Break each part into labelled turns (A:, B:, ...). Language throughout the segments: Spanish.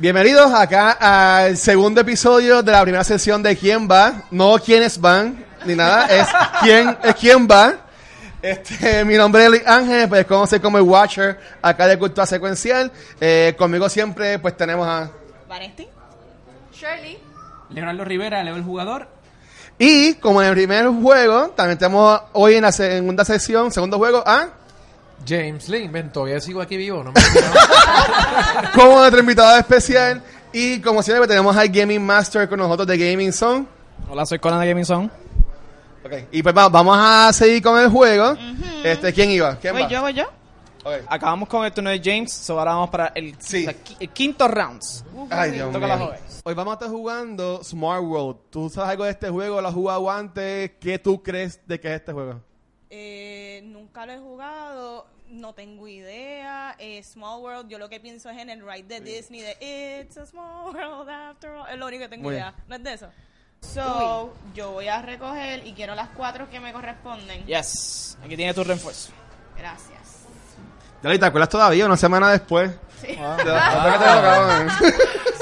A: Bienvenidos acá al segundo episodio de la primera sesión de ¿Quién va? No quiénes van, ni nada, es quién, es quién va. Este, mi nombre es Luis Ángel, pues conoce como el Watcher acá de Cultura Secuencial. Eh, conmigo siempre pues tenemos a...
B: Vanesti. Shirley.
C: Leonardo Rivera, Leo el jugador.
A: Y como en el primer juego, también tenemos hoy en la segunda sesión, segundo juego, a...
D: James Lynn, ven, todavía sigo aquí vivo, no me
A: como nuestra invitada especial. Y como siempre tenemos al Gaming Master con nosotros de Gaming Zone.
E: Hola, soy Conan de Gaming Zone.
A: Ok, Y pues va- vamos a seguir con el juego. Este, ¿quién iba? ¿Quién
B: Voy
A: va?
B: yo, voy yo.
A: Ok.
E: Acabamos con el turno de James, so ahora vamos para el,
A: Sí.
E: la qui- el quinto rounds.
A: Ay, Dios
E: Toca la
A: mío.
E: joven.
A: Hoy vamos a estar jugando Smart World. ¿Tú sabes algo de este juego? ¿Lo has jugado antes? ¿Qué tú crees de que es este juego?
B: Eh, nunca lo he jugado, no tengo idea. Eh, small World, yo lo que pienso es en el ride de Disney de It's a Small World After All. Es lo único que tengo
A: Muy
B: idea.
A: bien.
B: No es de eso. So, yo voy a recoger y quiero las cuatro que me corresponden.
E: Yes, aquí tiene tu refuerzo.
B: Gracias.
A: Dale, ¿te acuerdas todavía? Una semana después.
B: Sí.
A: Te- hasta que te lo acaban.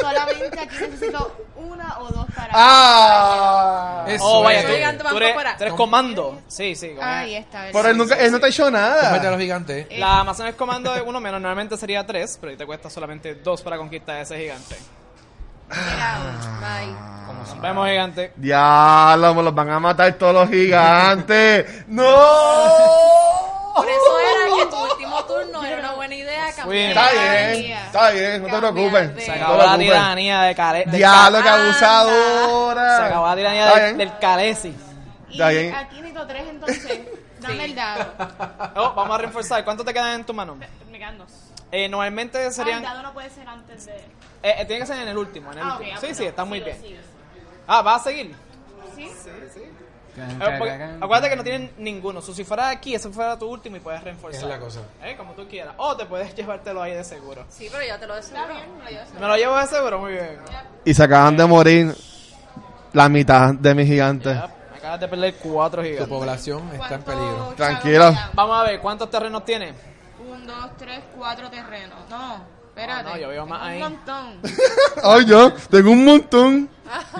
B: Solamente aquí necesito una o dos para.
A: ¡Ah!
D: Eso
E: Oh, vaya,
D: es.
E: tú,
B: Gigante,
E: tú
B: van
E: eres,
B: para fuera.
E: tú eres comando. Sí, sí. como-
B: Ahí está.
A: Pero él nunca, él no te ha hecho
D: Cómete a
A: nada.
D: los gigantes. eh.
E: La Amazon es comando de uno menos, normalmente sería tres, pero ahí te cuesta solamente dos para conquistar a ese gigante.
A: Ah.
E: Nos vemos, gigante.
A: Diablo, me los van a matar todos los gigantes. ¡No!
F: Por eso era que tu último turno era una buena idea cambiar.
A: Está
F: la
A: bien,
F: guía.
A: está bien, no te preocupes.
F: de-
E: Se
F: No
E: acabó
A: te
E: la
A: preocupes.
E: tiranía de Cale. de
A: Diablo, que
E: Cal-
A: abusadora.
E: Se acabó la tiranía
A: Está
E: de-
A: bien.
E: del Calesi.
B: Y
A: Está bien.
B: aquí necesito tres entonces. Dame el dado.
E: Oh, vamos a reforzar. ¿Cuánto te quedan en tu mano?
B: Me quedan dos.
E: Eh, normalmente
B: Ah,
E: serían.
B: el dado no puede ser antes de.
E: Eh, eh, tiene que ser en el último. En el
B: Ah, ok,
E: último.
B: ah,
E: sí,
B: bueno,
E: sí, está muy
B: sigo,
E: bien.
B: sigo,
E: Ah, ¿vas a seguir?
B: sigo. ¿Sí?
E: Eh, porque acuérdate que no tienen ninguno. So, si fuera aquí, ese fuera tu último y puedes reforzar.
D: Esa es la cosa.
E: Eh, como tú quieras. O te puedes llevártelo ahí de seguro.
F: Sí, pero ya te lo deseo.
E: Me lo llevo de seguro, muy bien.
D: Eh.
A: Y se acaban de morir la mitad de mis gigantes.
E: Ya, me acabas de perder cuatro
D: Tu
E: gigantes.
D: población está en
B: ¿Cuánto
D: peligro.
B: chavo
A: Tranquilo.
B: me dan?
E: Vamos a ver, ¿cuántos terrenos tiene?
B: Un, dos, tres, cuatro terrenos. No, espérate.
E: No, no, yo veo más
B: Tengo
E: ahí.
B: Un montón.
A: Ay, yo tengo un montón.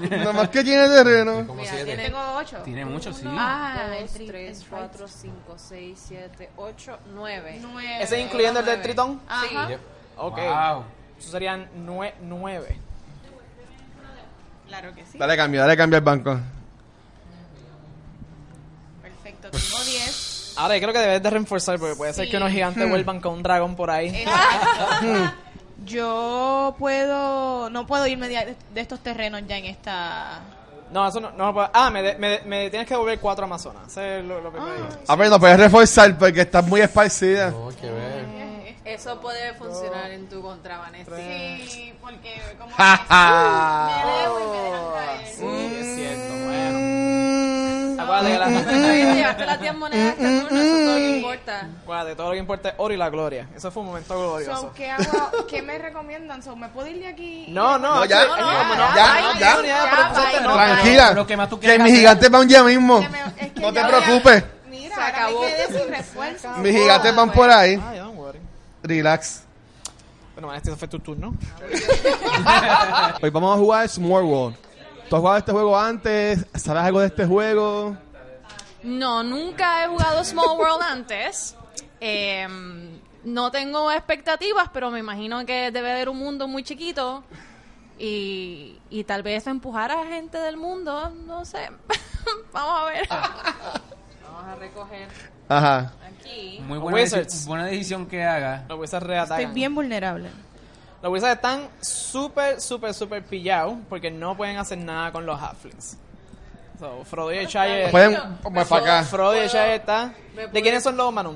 A: Nada más que tiene terreno.
D: Como
F: Mira,
D: siete.
F: tiene-
B: Tengo ocho.
C: Tiene muchos, sí.
F: Ah,
B: Dos,
F: el tri-
B: tres,
F: tres, cuatro, cinco, seis, siete, ocho, nueve.
B: Nueve.
E: Ese incluyendo el del
F: nueve.
E: Tritón.
B: Ajá.
D: Yep.
E: Ok.
C: Wow.
E: Eso serían nue- nueve.
B: Claro que sí.
A: Dale cambio, dale cambio al banco.
B: Perfecto. Tengo diez.
E: Ahora yo creo que debes de reforzar porque puede ser
B: Sí. Eh.
E: que unos
D: Hmm.
E: gigantes vuelvan con un dragón por ahí.
B: Exacto. Yo puedo. No puedo irme de, de estos terrenos ya en esta.
E: No, eso no, no lo puedo- Ah, me, de- me, de- me tienes que devolver cuatro Amazonas. Eso es lo, lo que puedo decir.
A: A ver, Ah, no puedes reforzar porque estás muy esparcida.
D: No, hay que ver.
F: Eso puede funcionar en tu contra, Vanessa.
B: Sí, porque como.
A: Ja, ja.
B: me debo y me dejan caer.
E: Sí, es cierto, bueno.
A: Mm.
E: Acuérdate que
F: Está bien, te
E: la-
F: llevaste las 10 monedas este turno, eso es todo lo que importa.
E: Acuérdate, todo lo que importa es oro y la gloria. Eso fue un momento glorioso.
B: So, ¿qué hago? ¿Qué me recomiendan? So, ¿Me puedo ir de aquí?
E: No, no,
A: No, ya,
E: sí,
A: no,
E: como
A: ya, ya,
E: no hay
A: ya.
E: oportunidad,
B: Ya,
E: pero tú
B: bye,
E: sabes,
B: no,
E: no,
A: Tranquila.
C: pero lo que más tú
A: que
C: quieres
A: mis
C: hacer-
A: gigantes van ya mismo.
B: Que me- es que
A: No te
B: ya
A: preocupes.
B: voy a- Mira,
F: Se
B: ahora
F: acabó.
B: me quedé sin refuerzo.
A: Mis gigantes van por ahí.
E: Ay, Ah, don't worry.
A: Relax.
E: Bueno, Vanessa, eso fue tu turno.
A: Hoy vamos a jugar Smart World. ¿Tú has jugado este juego antes? ¿Sabes algo de este juego?
F: No, nunca he jugado Small World antes. Eh, no tengo expectativas, pero me imagino que debe haber un mundo muy chiquito. Y, y tal vez empujar a gente del mundo, no sé. Vamos a ver. Vamos a recoger
A: Ajá.
F: aquí.
D: Mm.
C: Muy buena,
E: Wizards.
C: deci- buena decisión que haga.
E: Los Wizards reatacan.
B: Estoy bien vulnerable.
E: Los Wizards están súper, súper, súper pillados porque no pueden hacer nada con los Halflings. So, Frodo y Shire.
A: Pueden pues, para acá.
E: Frodo y Shire están.
F: ¿Me
E: ¿De quiénes son los humanos?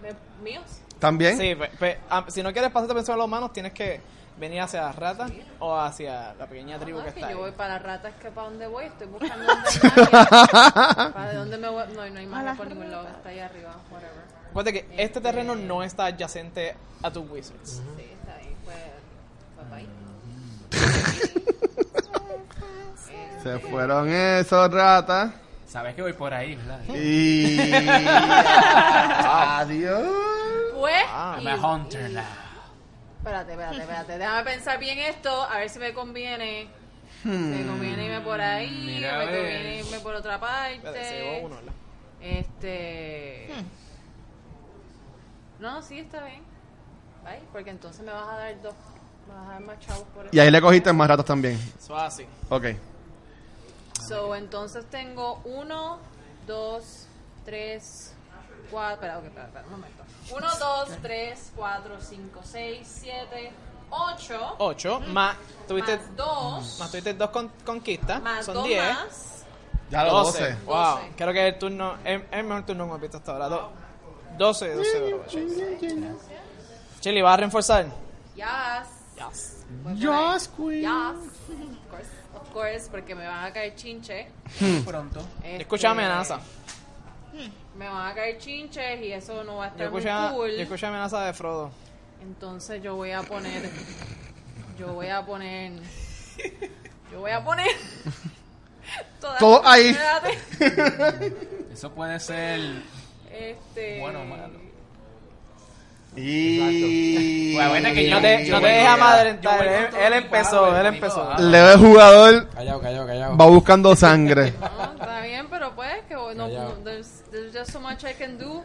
F: ¿Me- ¿Míos?
A: ¿También?
E: Sí, pe- pe- ah, si no quieres pasarte pensando en los humanos, tienes que venir hacia las ratas o hacia la pequeña tribu
F: No,
E: que
F: Ah, es que
E: está
F: yo voy
E: ahí.
F: para las ratas, que para dónde voy, estoy buscando dónde hay. ¿Para de dónde me voy? No, no hay más por ningún lado, está ahí arriba, whatever.
E: Acuérdate que este terreno no está adyacente a tus wizards.
F: Sí, está ahí, pues, papá. ahí.
A: Se fueron esos ratas.
C: Sabes que voy por ahí, ¿verdad?
A: Y. Adiós.
F: Pues,
E: Ah,
C: I'm a hunter now.
F: Espérate, espérate, espérate. Déjame pensar bien esto, a ver si me conviene. Me conviene irme por ahí,
C: Mira, a
F: me
C: ver.
F: conviene irme por otra
E: Espérate, se llevó
F: parte.
E: uno, Hmm. ¿verdad?
F: Este. No, sí, está bien. Ay, porque entonces me vas a dar dos. Me vas a dar más chavos por
A: Y ahí le cogiste más ratos también.
E: Eso es así.
A: Ok.
F: So, entonces tengo uno, dos, tres, cuatro. Espera, ok, espera, espera, un momento. Uno, dos, tres, cuatro, cinco, seis, siete, ocho.
E: Ocho, más Oh, tuviste,
F: Más dos.
E: más tuviste dos con- conquistas,
F: Más
E: son
F: dos
E: diez. ¿eh?
F: más.
E: Ah,
A: Ya lo 12.
E: Wow,
F: Doce.
E: creo que el turno, el, el mejor turno que hemos visto hasta ahora. Do- 12, 12 de Chili, ¿vas a reforzar?
F: Yes.
E: Yes.
F: Yes, queen. Yes. Of course, of course, porque me van a caer chinche.
C: Pronto.
E: Yo
F: Este,
E: escuché amenaza.
F: Me van a caer chinches y eso no va a estar
E: Yo escuché,
F: muy
E: yo
F: cool.
E: escuché amenaza de Frodo.
F: Entonces yo voy a poner. Yo voy a poner. Yo voy a poner. todas
A: Todo
F: las
A: ahí.
F: propiedades.
C: Eso puede ser.
F: Este.
C: Bueno, malo.
A: Y.
C: Pues, bueno, que
E: No te,
C: yo
E: no te
C: voy
E: dejes
C: con- yo
E: amaderentar,
C: voy con
E: él,
C: todo
E: él
C: mi
E: empezó,
C: power,
E: él
C: amigo,
E: empezó.
C: ah.
A: Leo el jugador
D: Callao, callao, callao.
A: va buscando sangre.
F: No, está bien, pero pues que no,
D: Callao.
F: no- there's, there's just so much I can do.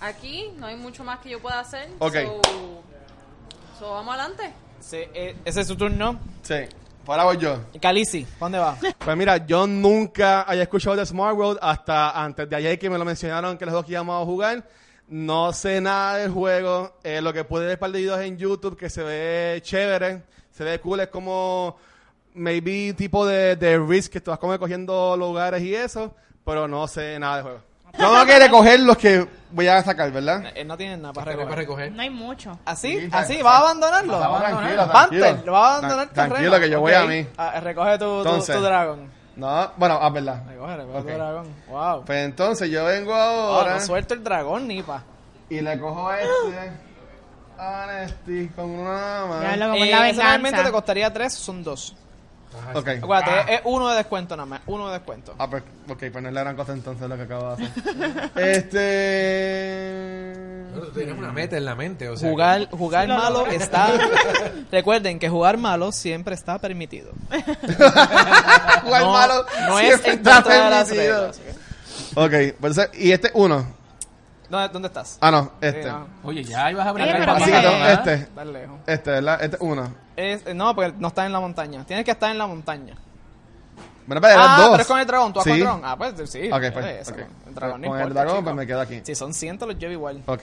F: Aquí no hay mucho más que yo pueda hacer.
A: Ok.
F: So, so, vamos adelante.
E: Sí, eh, ese es su turno.
A: Sí. Ahora voy yo.
E: Calisi, ¿dónde va?
A: Pues mira, yo nunca había escuchado de Smart World hasta antes de ayer que me lo mencionaron que los dos que íbamos a jugar. No sé nada del juego. Eh, lo que pude ver par de videos en YouTube que se ve chévere, se ve cool, es como maybe tipo de, de risk que tú vas como cogiendo lugares y eso, pero no sé nada del juego. Tengo que recoger los que voy a sacar, ¿verdad?
E: Él no tiene nada para
D: Para
E: recoger.
D: recoger.
B: No hay mucho.
E: Así,
A: Sí,
E: así,
A: tranquilo.
E: ¿vas a abandonarlo?
A: Tranquilo, tranquilo.
E: Panther, lo vas a abandonar
A: Tran- tranquilo, que yo voy a mí.
E: Ah, recoge tu, tu-
A: Entonces.
E: tu dragón.
A: No, bueno, ah, verdad.
E: Recoge, recoge
A: Ok.
E: tu dragón. Wow.
A: Pues entonces yo vengo
E: Oh,
B: Ah,
A: ahora.
E: no suelto el dragón, nipa.
A: Y le cojo a este. A este con una
B: Ya
A: mano.
B: lo como
E: Eh,
B: la
E: eso normalmente te
B: venganza.
E: costaría 3, son 2.
A: Ok.
E: Acuérdate, es 1 de descuento nada más, 1 de descuento.
A: Ah, pues, ok, pues no es la gran cosa entonces lo que acabo de hacer. este.
D: Pero tú tenías una meta en la mente, o sea. que-
E: Jugar, jugar malo está... Recuerden que jugar malo siempre está permitido.
A: Jugar
E: no,
A: malo.
E: No es
A: siempre
E: en
A: está
E: contra de las
A: permitido.
E: reglas. ¿ok?
A: Ok, pues, eh, y este uno.
E: ¿Dónde, dónde estás?
A: Ah, no,
E: Sí,
A: este.
E: no,
C: Oye, ya ibas a
B: Oye,
C: brincar
B: pero
A: Así
C: para
B: ¿qué
A: que
B: es?
C: acá,
A: tengo
C: ¿verdad?
A: este.
E: estás lejos.
A: Este, ¿verdad? Este uno.
E: Es- eh, no, porque no estás en la montaña. Tienes que estar en la montaña.
A: Bueno, para
E: ah,
A: eran dos.
E: pero es con el dragón. ¿Tú vas con
A: Sí.
E: el dragón? Ah, pues sí.
A: Ok, pues,
E: eh, eso,
A: ok.
E: El dragón no
A: Con el
E: importa,
A: dragón,
E: chico.
A: pues, me quedo aquí.
E: Si son 100, te los llevo igual.
A: Ok.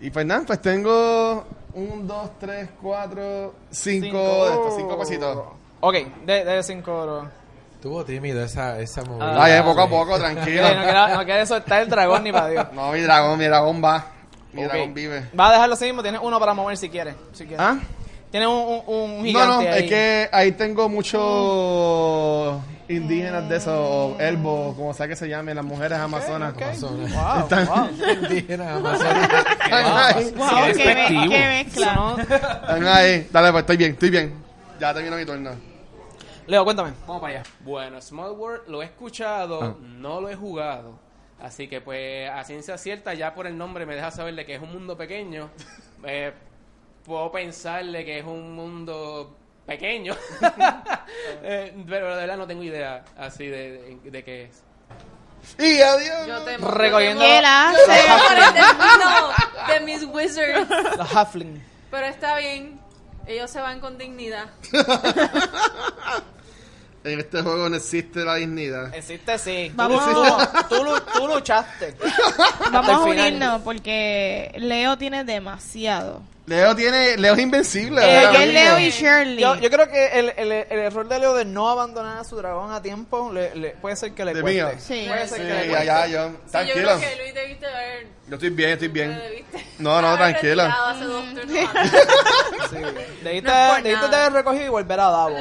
A: Y Fernán, pues tengo un, dos, tres, cuatro, cinco, de estos, cinco cositos.
E: Ok, de, de cinco oro.
D: Estuvo tímido esa,
C: Ah.
D: esa movida.
A: Ay, eh, poco a poco, tranquilo.
E: Eh, no, quiere, no quiere soltar el dragón ni para Dios.
A: No, mi dragón, mi dragón va. Mi
E: Ok.
A: dragón vive.
E: Va a dejarlo así mismo. Tienes uno para mover si quieres. Si quieres.
A: ¿Ah?
E: Tienes un, un, un
A: No,
E: gigante
A: no,
E: ahí.
A: es que ahí tengo muchos indígenas de esos, o elbos, como sea que se llamen, las mujeres amazonas.
E: Ok,
D: Amazonas.
E: Wow, wow.
D: Indígena, amazona.
A: Están ahí,
B: Wow,
C: Sí,
B: qué, me-
C: despectivo.
B: qué mezcla.
A: están ahí. Dale, pues estoy bien, estoy bien. Ya termino mi turno.
E: Leo, cuéntame.
C: Vamos para allá.
G: Bueno, Small World lo he escuchado, no lo he jugado. Así que, pues, a ciencia cierta, ya por el nombre me deja saber de que es un mundo pequeño. Eh, puedo pensarle que es un mundo pequeño. Eh, pero de verdad no tengo idea así de, de qué es.
A: Y adiós.
F: Yo te
E: Recogiendo-
F: yo
B: ¿Qué
F: te-
B: la
F: yo te-
B: hace?
F: no, de mis wizards.
E: Los Huffling.
F: Pero está bien. Ellos se van con dignidad.
A: En este juego no existe la dignidad.
E: Existe, sí. Tú-
B: Vamos.
E: Tú, tú, lu- tú luchaste.
B: Vamos
E: Hasta
B: a
E: el final.
B: unirnos porque Leo tiene demasiado.
A: Leo tiene, Leo es invencible.
B: Eh,
A: ahora
B: que es
A: mismo.
B: Leo y Shirley.
E: Yo, yo creo que el, el, el error de Leo de no abandonar a su dragón a tiempo le, le- puede ser que le
A: De
E: cueste.
A: mío.
B: Sí.
E: Puede ser
A: Sí,
E: que le
A: ya,
E: cueste.
A: ya, yo.
F: Sí,
A: Tranquilo.
F: yo creo que Luis debiste haber.
A: Yo estoy bien, estoy bien.
F: debiste
A: No, no,
F: haber
A: tranquila.
F: retirado hace dos turnos atrás.
E: Sí. Debiste,
F: No es por
E: debiste
F: nada.
E: haber recogido y volver a Davo.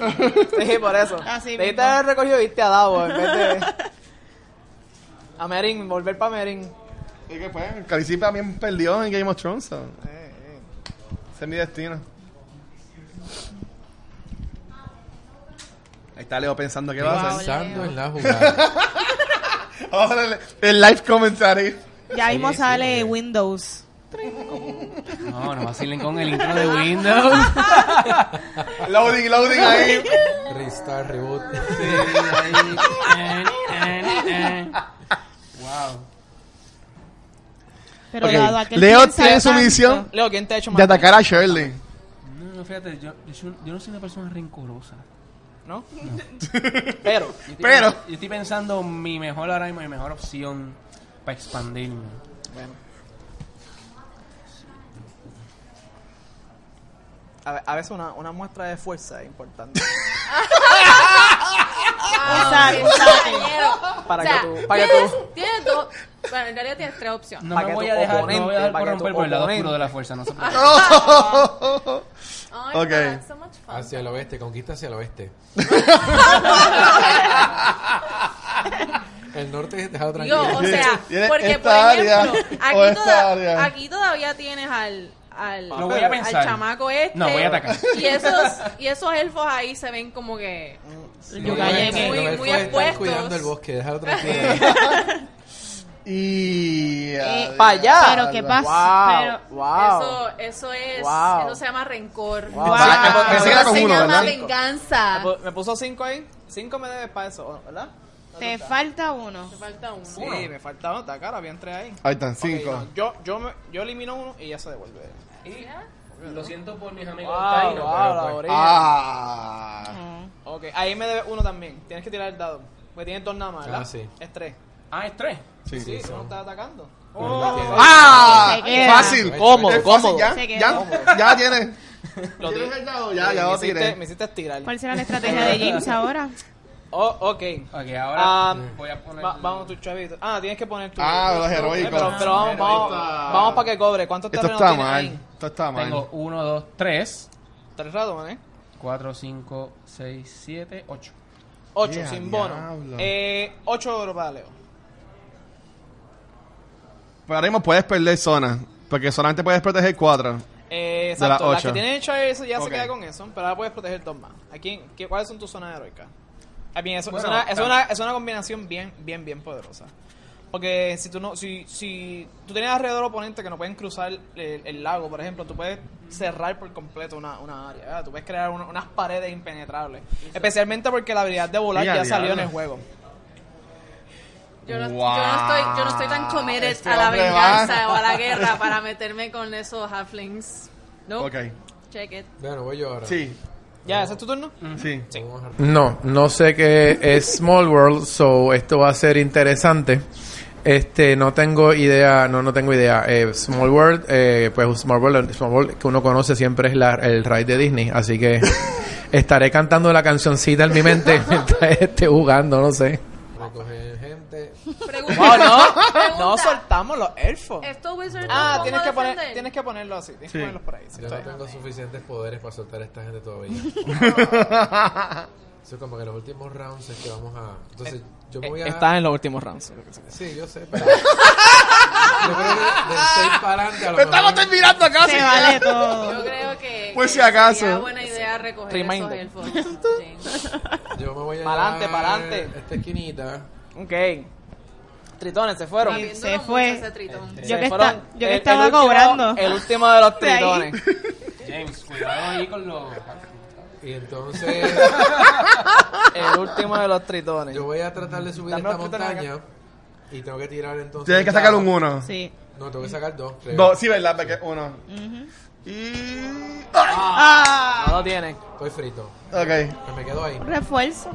E: Sí, por eso.
F: Ah,
B: Así
E: debiste
B: mismo.
E: haber recogido y irte a Davo en vez de. A Merin, volver para Merin.
A: Y que pues, Khaleesi también perdió en Game of Thrones. so.
E: Eh,
A: Ese es mi destino. Ahí está Leo pensando qué va a hacer.
D: Pensando en la jugada.
A: Ahora el, el live commentary.
B: ya mismo
D: sí,
B: sale
D: porque-
B: Windows.
C: No, No, no vacilen con el intro de Windows.
A: Loading, loading ahí.
D: Restart, reboot.
C: wow.
B: Pero
A: Ok,
B: dado a que él
A: Leo
B: piensa
A: tiene su
B: tanto-
A: misión
E: Leo, ¿quién te ha hecho más?
A: de atacar a Shirley.
C: No, no, fíjate, yo, yo, soy- yo no soy una persona rencorosa.
E: ¿No? Pero,
C: Yo estoy
A: Pero-
C: pens- Yo estoy pensando mi mejor ahora mismo, mi mejor opción para expandirme.
E: bueno. A, ve- a veces una, una muestra de fuerza es importante.
B: Exacto,
E: Para
F: O sea,
E: que tú. Para que
F: tienes,
E: tú.
F: tienes dos. Bueno, en realidad tienes tres opciones.
C: No
E: Pa'
C: me
E: que
C: voy
E: tu
C: a dejar, no me voy a dejar
E: oponente, pa' que tu
C: corromper por el lado oscuro
E: oponente.
C: de la fuerza, no se preocupe.
F: Ay,
A: Ok.
F: that's so much
C: Ah,
F: fun.
D: Hacia el oeste, conquista hacia el oeste. el norte es dejado tranquilo.
F: Digo, o sea,
A: Tiene
F: porque por
A: esta área
F: ejemplo,
A: o
F: aquí,
A: esta
F: toda-
A: área.
F: aquí todavía tienes al al,
C: Lo voy a
F: al
C: pensar.
F: chamaco este.
C: No, voy a atacar.
F: Y esos y esos elfos ahí se ven como que
D: Los
F: Yuga
D: elfos-
F: llegué.
D: los
F: Muy-
D: elfos
F: muy
D: están
F: expuestos.
D: cuidando el bosque, déjalo tranquilo.
A: Y. ah, adiós.
E: para allá.
B: eh, Pero qué pasa.
E: Wow. Wow.
F: eso eso es
E: Wow.
F: eso se llama rencor.
E: Wow.
A: Ah,
E: Wow.
A: pensé que era
F: Eso
A: con
F: se
A: uno,
F: llama
A: ¿verdad?
E: Me
F: venganza.
E: pu- Me puso cinco ahí. Cinco me debes para eso, ¿verdad?
B: Te falta uno.
F: Me falta uno.
E: Sí, me falta otra cara, habían tres ahí.
A: Ahí están,
E: Ok,
A: cinco.
E: no, yo, yo, me- yo elimino uno y ya se devuelve.
C: Y lo siento por mis amigos
E: Wow,
C: taínos,
E: wow,
C: pero
E: la
C: pues-
E: orilla.
A: Ah.
E: Ok, ahí me debe uno también. Tienes que tirar el dado. Porque tienes dos nada más, ¿verdad?
D: Ah, sí.
E: Es tres.
C: Ah, es tres.
D: Sí,
E: Sí,
D: sí,
E: tú no
D: son-
E: estás atacando. Oh.
A: ¡Ah!
B: Se queda.
A: Fácil.
E: Cómodo,
A: Es fácil,
E: cómodo.
A: Ya,
B: Se queda.
A: ya, ya tiene.
E: Lo
A: ¿Tienes
E: tiré.
A: el dado? Ya,
E: Sí,
A: ya
E: me
A: lo
E: hiciste-
A: tiré.
E: Me hiciste estirar.
B: ¿Cuál será la estrategia de James ahora?
E: Oh, ok.
C: Ok, ahora
E: Ah,
C: voy a poner...
E: Va- vamos tus chavitos. Ah, tienes que poner tu.
A: Ah,
E: tu-
A: los
E: tu-
A: heroicos.
E: Pero, pero vamos, vamos,
A: Esta-
E: vamos para que cobre. ¿Cuántos
A: Esto
E: terrenos
A: está
E: tienes
A: mal.
E: ahí?
A: Esto está
C: Tengo
A: mal.
C: uno, dos, tres,
E: Tres ratos, ¿eh?
C: cuatro, cinco, seis, siete, ocho.
E: Ocho,
A: Yeah,
E: sin bono.
A: diablo.
E: Eh, ocho oro para Leo.
A: Pero ahora mismo puedes perder zona. Porque solamente puedes proteger cuatro.
E: Eh,
A: De las
E: exacto, las
A: ocho.
E: que tienen hecho eso ya
A: Ok.
E: se queda con eso, pero ahora puedes proteger dos más. ¿A quién, qué, ¿Cuáles son tus zonas heroicas? A mí, eso,
C: Bueno,
E: es, una, es,
C: tam-
E: una, es una combinación bien, bien, bien poderosa. Porque si tú no, si, si tú tienes alrededor oponentes que no pueden cruzar el, el lago, por ejemplo, tú puedes cerrar por completo una, una área, ¿verdad? tú puedes crear una- unas paredes impenetrables. Especialmente porque la habilidad de volar
A: Ya,
E: ya salió en
A: diablo.
E: el juego.
F: Yo no, yo no
A: Wow.
F: estoy yo no estoy tan committed
A: Este
F: a la
A: hombre va.
F: venganza o a la guerra para meterme con esos halflings. No.
A: Ok.
F: Check it.
D: Bueno, voy yo ahora.
A: Sí.
E: ¿Ya? ¿Ese es tu turno?
A: Sí.
D: Vamos a
H: No, no sé qué es Small World, so esto va a ser interesante. Este, no tengo idea, no, no tengo idea. Eh, Small World, eh, pues Small World, Small World que uno conoce siempre es la- el ride de Disney, así que estaré cantando la cancioncita en mi mente mientras esté jugando, no sé.
D: recoger gente.
F: Pregunta.
E: No, no,
F: Pregunta.
E: no soltamos los elfos.
F: Esto Wizard
E: Ah,
F: no
E: tienes que,
F: cómo
E: poner,
F: defender.
E: tienes que ponerlo así, tienes que ponerlos por ahí. sí.
D: Yo no tengo suficientes poderes para soltar a esta gente todavía. Eso es como que los últimos rounds es que vamos a. Entonces, yo me voy a.
E: Eh, Estás en los últimos rounds.
D: Sí, yo sé, pero. yo creo que del 6 para adelante a lo
A: Estamos
D: mejor-
A: terminando acá.
B: Se vale todo.
F: Yo creo que.
A: Pues
F: que
A: si acaso.
F: Sería buena idea recoger
E: Reminder.
F: esos elfos. James.
D: Yo me voy a.
E: Para adelante,
D: llevar
E: para adelante.
D: Esta esquinita.
E: Ok. Tritones se fueron.
F: Está viéndolo
B: se
F: mucho
B: fue.
F: ese tritón.
E: Se
B: Yo que
E: fueron.
B: esta- yo que
E: El- el
B: estaba
E: último-
B: cobrando.
E: El último de los
B: De ahí.
E: tritones.
C: James, cuidado ahí con los...
D: Y entonces.
E: El último de los tritones.
D: yo voy a tratar de subir esta
E: Dame los tritones acá.
D: montaña. Y tengo que tirar entonces.
A: Tienes que
D: el dado.
A: sacar un uno.
B: Sí.
D: No, tengo que sacar dos. creo.
A: Dos, sí, ¿verdad? Porque uno. Y. ¡Ah!
E: No lo tienen.
D: Estoy frito.
A: Ok.
D: Pero me quedo ahí.
B: Refuerzo.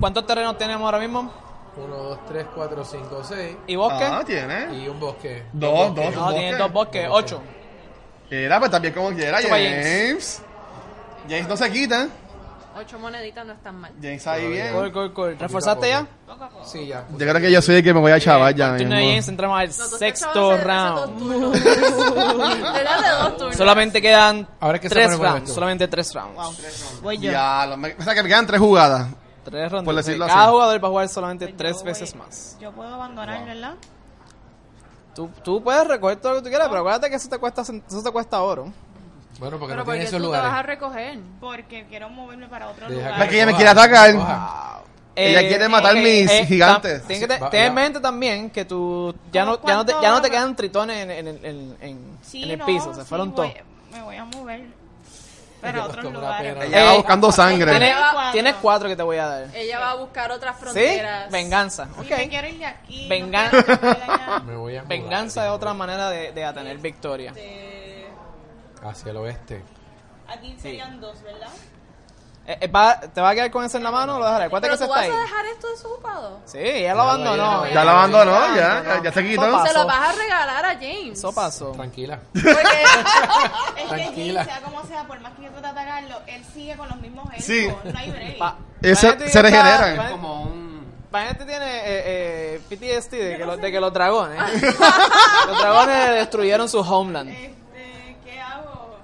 E: ¿Cuántos terrenos tenemos ahora mismo?
D: 1, 2, 3, 4, 5, 6.
E: ¿Y bosque?
A: Ah, tiene.
D: Y un bosque.
A: Dos, dos,
E: no,
A: dos.
E: tienen dos bosques. Ocho.
A: Era, pues también como quiera,
E: Chupa
A: James. James no se quita.
F: Ocho moneditas no están mal.
A: James ahí
D: Todavía.
A: bien.
E: Cool, cool, cool. ¿Reforzaste ya?
D: Sí, ya.
A: Yo creo que yo soy el que me voy a chavar ya
E: Al turno de James
A: mismo.
E: entramos al
F: No, tú
E: sexto
F: estabas hace- hace dos
E: round.
F: turnos. Te das de dos turnos.
E: Solamente quedan
D: Ahora que se
E: tres
D: pone bueno
E: rounds.
D: esto.
E: Solamente tres rounds.
B: Voy yo.
A: Ya, lo- me- o sea que me quedan tres jugadas.
E: Tres rounds.
A: Por decirlo
E: Cada
A: así.
E: jugador va a jugar solamente
B: Pues
E: tres
B: yo
E: veces
B: voy-
E: más.
B: Yo puedo abandonar, ¿verdad?
E: Tú, tú puedes recoger todo lo que tú quieras, pero acuérdate que eso te cuesta, eso te cuesta oro.
D: Bueno, porque no tiene
F: Pero porque tú
D: esos
F: te vas a
D: lugares.
F: recoger.
B: porque quiero moverme para otro
D: Deja
B: lugar.
A: Es que ella me
D: coja,
A: quiere atacar.
D: coja.
A: Ella quiere matar mis gigantes.
E: Eh, tam- Tienes que te-
D: Va-
E: ten en
D: va.
E: mente también que tú ya no,
B: ¿Cómo
E: ya no, te, ya no
B: cuánto-
E: te quedan tritones en, en, en- en- en-
B: Sí,
E: en el
B: no,
E: piso, se
B: sí,
E: fueron todos.
B: voy- Me voy a mover. Pero a otros
D: como una
B: lugares.
D: pera.
A: Ella
E: Eh,
A: va buscando sangre.
E: Tienes,
B: Tienes cuatro.
E: tienes cuatro que te voy a dar.
F: Ella va a buscar otras
E: ¿Sí?
F: fronteras.
E: Venganza.
B: Sí,
E: Ok.
B: me quiero ir de aquí.
E: Vengan-
B: no quiero que me vayan.
D: Me voy a mudar
E: Venganza es otra manera de, de atener victoria.
B: Eh,
D: hacia el oeste.
B: Aquí serían dos, ¿verdad?
E: Eh, eh, va- ¿Te va a quedar con ese en la mano o lo dejaré? Acuérdate
F: Pero
E: que se
F: tú
E: está
F: vas
E: ahí.
F: a dejar esto desocupado.
E: Sí, ella lo abandonó.
A: Ya la abandonó, ya, ya, ya se quitó.
E: eh, Papá.
F: Se
E: Pasó.
F: lo vas a regalar a James.
E: Eso pasó.
D: Tranquila.
F: Porque
B: Es
D: Tranquila.
B: que Jin, sea como sea, por más que yo trate de atacarlo, él sigue con los mismos elfos.
A: Sí.
B: No hay break.
E: Pa-
A: Eso-
E: Vanity
A: se
E: está-
A: regeneran.
E: Van-
C: Como un...
E: Vanity tiene eh, eh, PTSD de que, lo- de que los dragones. los dragones destruyeron su homeland.
B: Este, ¿qué hago?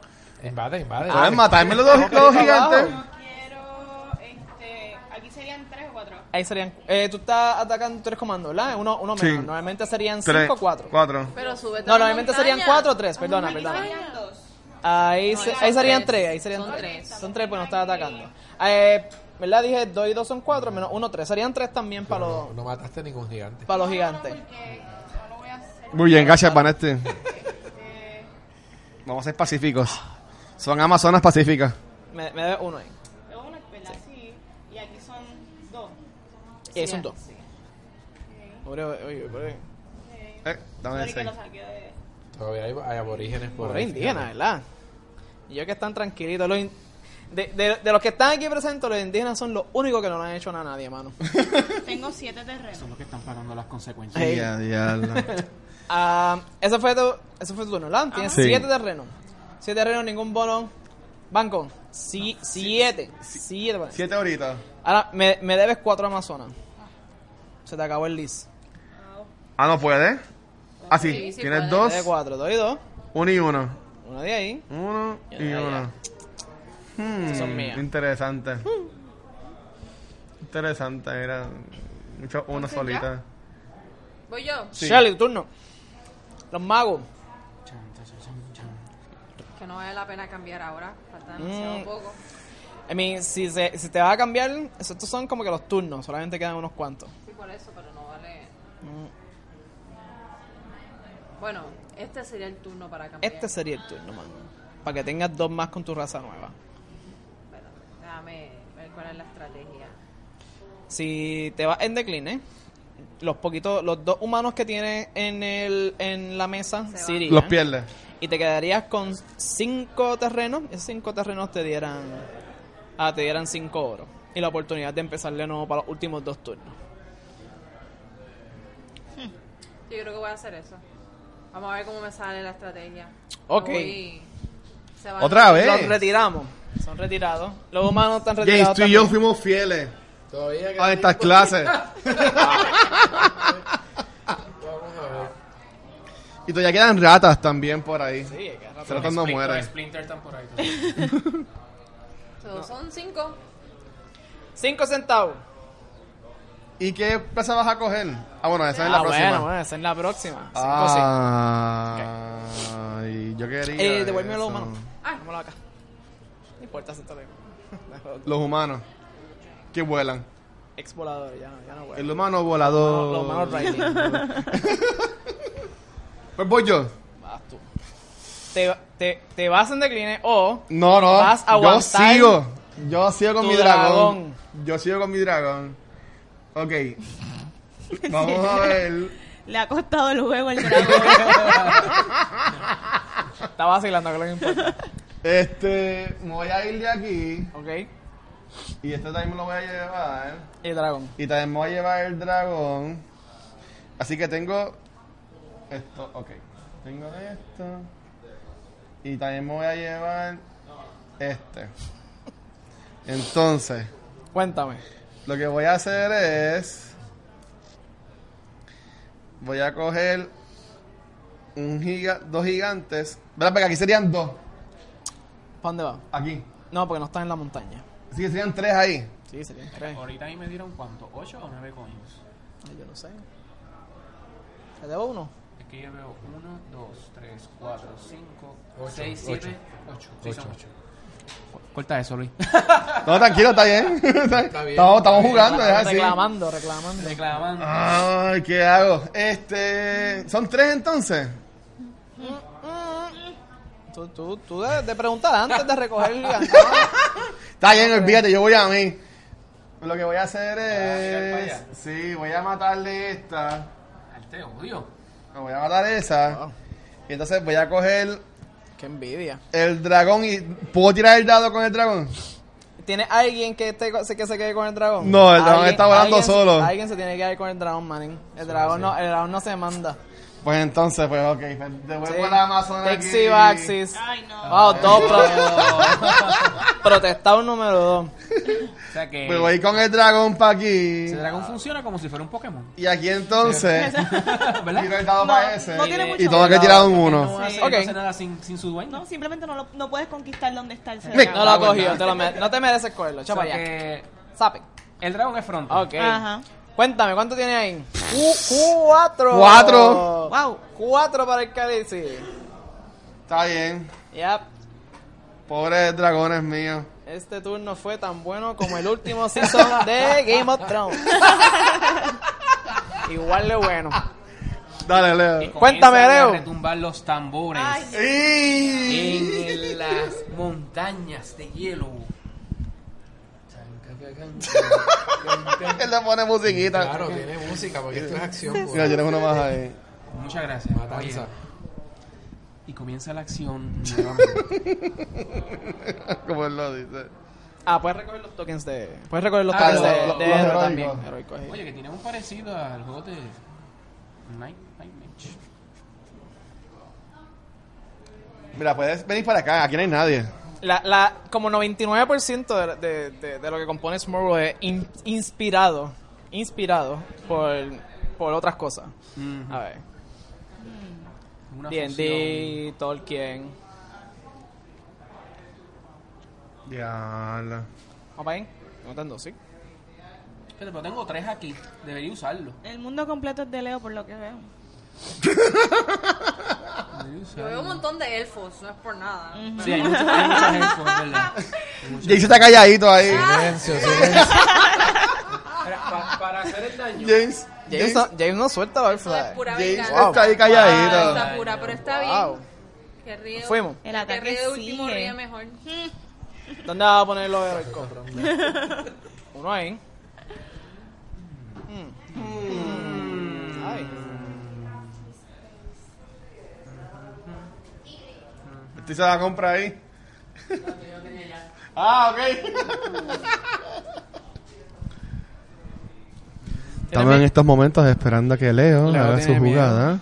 D: Invade,
C: Ah,
D: invade.
A: Pueden matarme los dos los gigantes.
B: Yo quiero, este, aquí serían tres o cuatro.
E: Ahí serían. Eh, tú estás atacando tres comandos, ¿verdad? Uno, uno menos.
A: Sí.
E: Normalmente serían
A: Tres,
E: cinco o cuatro.
A: Cuatro.
F: Pero súbete
E: No,
F: a la
E: normalmente serían
F: montaña.
E: cuatro o tres. Perdona,
F: Ay,
E: perdona.
F: ay,
B: Serían dos.
E: Ahí,
F: No,
E: se-
F: son
E: ahí serían
F: tres.
E: tres, ahí serían
F: Son
E: tres.
F: tres.
E: Son tres, pues no estás atacando. Eh, ¿Verdad? Dije dos y dos son cuatro, menos uno, tres. Serían tres también para los,
D: No, no mataste ningún gigante.
E: para los
B: No,
E: gigantes.
B: porque no lo voy a hacer.
A: Muy bien, gracias, Vanesti. Vamos a ser pacíficos. Son amazonas pacíficas.
E: Me, me debe uno ahí.
B: Es una, ¿verdad? Sí. Y aquí son dos.
E: Y ahí son dos. Pobre, oye, pobre.
A: Eh, dame
B: Sorry que
A: ese.
B: lo saqué de...
D: Todavía hay, hay aborígenes por
E: Pobre
D: ahí.
E: indígena, ¿verdad? Y yo que están tranquilitos. Los in- de, de- de los que están aquí presentes, los indígenas son los únicos que no le han hecho nada a nadie, mano.
B: Tengo siete terrenos.
C: Son los que están pagando las consecuencias.
E: Ey.
A: Ya, diablo.
E: Ah, ese, fue tu, ese fue tu turno, ¿verdad? Tienes
A: Sí.
E: siete terrenos. Siete terrenos, ningún bono. Banco, si, siete. Siete. bueno.
A: Siete horitas.
E: Ahora, me, me debes cuatro amazonas. Se te acabó el list.
A: Ah, no puede. Ah, sí.
F: Sí, sí
A: Tienes
F: puede.
E: Me
A: dos,
E: debes cuatro, dos y dos.
A: uno y uno.
E: Uno de ahí.
A: Uno
E: Ya,
A: y
E: ya.
A: uno. Hmm,
E: son mías.
A: interesante. Interesante, era mucho una solita.
F: Voy yo.
E: Shelly, tu turno. Los magos.
F: Que no vale la pena cambiar ahora. Falta
E: Mm.
F: demasiado poco.
E: I mean, si, se- si te va a cambiar, eso- estos son como que los turnos, solamente quedan unos cuantos.
F: Sí, por eso, pero no vale.
E: Mm.
F: Bueno, este sería el turno para cambiar.
E: Este sería el turno, mano. Para que tengas dos más con tu raza nueva.
F: Espérame, Déjame ver cuál es la estrategia.
E: Si te vas en decline, los poquitos, los dos humanos que tienes en el, en la mesa
F: Se
E: se
F: van.
E: irían.
A: Los pierdes.
E: Y te quedarías con cinco terrenos. Esos cinco terrenos te dieran. Ah, te dieran cinco oros. Y la oportunidad de empezar de nuevo para los últimos dos turnos.
F: Yo creo que voy a hacer eso. Vamos a ver cómo me sale la estrategia.
E: Ok.
F: Voy- se va-
A: Otra vez.
E: Los retiramos. Son retirados. Los humanos están
A: James,
E: retirados.
A: tú y yo
E: también.
A: fuimos fieles
D: Todavía
A: a
D: queda-
A: estas clases.
D: Vamos a ver.
A: Y todavía quedan ratas también por ahí.
E: Sí, es que es
A: Se ratas no
C: Splinter-
A: mueren.
C: Splinter están por ahí.
F: So, Son cinco.
E: Cinco centavos.
A: ¿Y qué plaza vas a coger? Ah, bueno, esa es
E: pues. ah,
A: la próxima.
E: bueno, bueno, esa es la próxima. Cinco,
A: Ah, ay, yo quería.
E: sí. pues Eh, devuélveme los
A: eso.
E: humanos. Vámonos acá. No importa, se está lejos.
A: Los humanos que vuelan.
E: Ex volador, ya no, ya no vuelvo.
A: El humano volador.
E: Los humanos riding.
A: Pues voy yo.
E: Vas tú. Te, te, te vas en decline o
A: No, no.
E: Vas
A: yo
E: a aguantar
A: sigo. Yo sigo con
E: tu
A: mi dragón. Yo sigo con mi dragón. Ok. Vamos a ver.
B: Le ha costado el juego el dragón.
E: está vacilando, que es lo que importa.
A: Este, me voy a ir de aquí.
E: Ok.
A: Y este también me lo voy a llevar.
E: El dragón.
A: Y también me voy a llevar el dragón. Así que tengo esto, ok. Tengo esto. Y también me voy a llevar este. Entonces,
E: Cuéntame.
A: lo que voy a hacer es... Voy a coger un giga, dos gigantes. ¿Verdad? Porque aquí serían dos.
E: ¿Para dónde va?
A: Aquí.
E: No, porque no está en la montaña.
A: Así que serían tres ahí.
E: Sí, serían tres.
C: Ahorita ahí me dieron cuánto, ¿8 o 9 coins?
E: Ay, Yo no sé. ¿Te debo uno?
C: Es que yo veo 1, 2, 3, 4, 5,
D: Ocho,
C: 6,
D: ocho.
C: 7, 8.
D: Ocho, ocho.
C: Corta eso, Luis.
A: No, tranquilo, está bien. Estamos, estamos jugando, es así.
E: Ah, Reclamando, reclamando.
C: Reclamando.
A: Ay, ¿qué hago? Este. ¿Son tres entonces?
E: Tú, tú, tú debes de preguntar antes de recoger el
A: Está bien, olvídate, yo voy a Ah, mí. Lo que voy a hacer es. Sí, voy a matarle esta.
C: Te odio.
A: Me voy a matar esa. Y entonces voy a coger
E: Qué envidia.
A: el dragón y. ¿Puedo tirar el dado con el dragón?
E: ¿Tiene alguien que, esté, co- que se quede con el dragón?
A: No, el dragón
E: Alguien-
A: está volando
E: alguien se-
A: solo.
E: Alguien se tiene que quedar con el dragón, manín. El dragón, no, el dragón no se manda.
A: Pues entonces, pues ok. pues Devuelvo
E: Sí.
A: la Amazon aquí.
E: Taxi Baxis.
B: Ay, no.
A: Ah,
E: Wow, dos pro- Protestado número dos.
C: O sea que.
A: Pues voy con el dragón para aquí.
C: Ese dragón funciona como si fuera un Pokémon.
A: Y aquí entonces.
C: ¿Verdad?
A: Tiro el dado para ese.
B: no tiene mucho
A: y tengo que tirar un
C: No
A: uno.
C: hace,
E: Ok.
C: no hace nada sin, sin su dueño.
B: No, simplemente no, lo- no puedes conquistar donde está el
A: Me-
E: No
B: cerebro.
E: lo ha cogido, te lo mere- no te mereces cogerlo.
C: O
E: Chapa
C: sea
E: ya.
C: que
E: Sape.
C: el dragón es front.
E: Ok.
B: Ajá.
E: Cuéntame, ¿cuánto tiene ahí? Cu- cuatro.
A: Cuatro.
E: Wow. Cuatro para el Cadizi.
A: Está bien.
E: Yep.
A: Pobres dragones míos.
E: Este turno fue tan bueno como el último season de Game of Thrones. Igual de bueno.
A: Dale, Leo.
E: Cuéntame,
C: Comienzan
E: Leo.
C: A retumbar los tambores
B: Ay,
A: Y...
C: en las montañas de hielo.
A: Él le pone musiquita.
D: Claro, tiene música porque esto es acción.
A: Mira,
D: güey.
A: tienes uno más ahí.
C: Muchas gracias.
D: Matanza.
C: Oye, y comienza la acción nuevamente.
A: Como él lo dice.
E: Ah, puedes recoger los tokens de. Puedes recoger los
C: Ah,
E: tokens
C: lo-
E: de, de
C: lo-
A: los
E: héroe
A: heroicos.
E: también. Heroico ahí.
C: Oye, que tiene un parecido al juego de Night, Night Mage.
A: Mira, puedes venir para acá. Aquí no hay nadie.
E: La, la, como 99% de, de, de, de lo que compone Smurl es in- inspirado. Inspirado por, por otras cosas. A ver.
C: Una fusión.
E: D&D, Tolkien.
A: Ya.
E: ¿Vamos para ahí? No tanto, sí.
C: Espérate, Pero tengo tres aquí. Debería usarlo.
B: el mundo completo es de Leo, por lo que veo.
C: Debería
F: Yo
C: usarlo.
F: veo un montón de elfos, no es por nada.
C: Sí, hay muchos, hay muchos elfos, ¿verdad?
A: Jake se está calladito ahí.
D: Silencio,
C: Ah,
D: silencio.
C: para, hacer el daño.
A: James.
E: James, no- James no suelta
F: Eso es
E: Barfly.
F: pura
A: James
F: venganza.
A: está ahí
F: Ah,
A: calladito.
F: está pura, pero está
E: Wow.
F: bien. Que ríe.
E: Fuimos.
B: El
F: Que
B: ataque
F: ríe de último
B: sigue.
F: ríe mejor.
E: ¿Dónde vas a poner los heroicos? Uno ahí. Mm.
D: Mm.
E: Ay.
A: Este se la compra ahí. ah, ok. Estamos en este- estos momentos esperando a que Leo
E: Leo
A: haga su
E: tiene miedo.
A: jugada.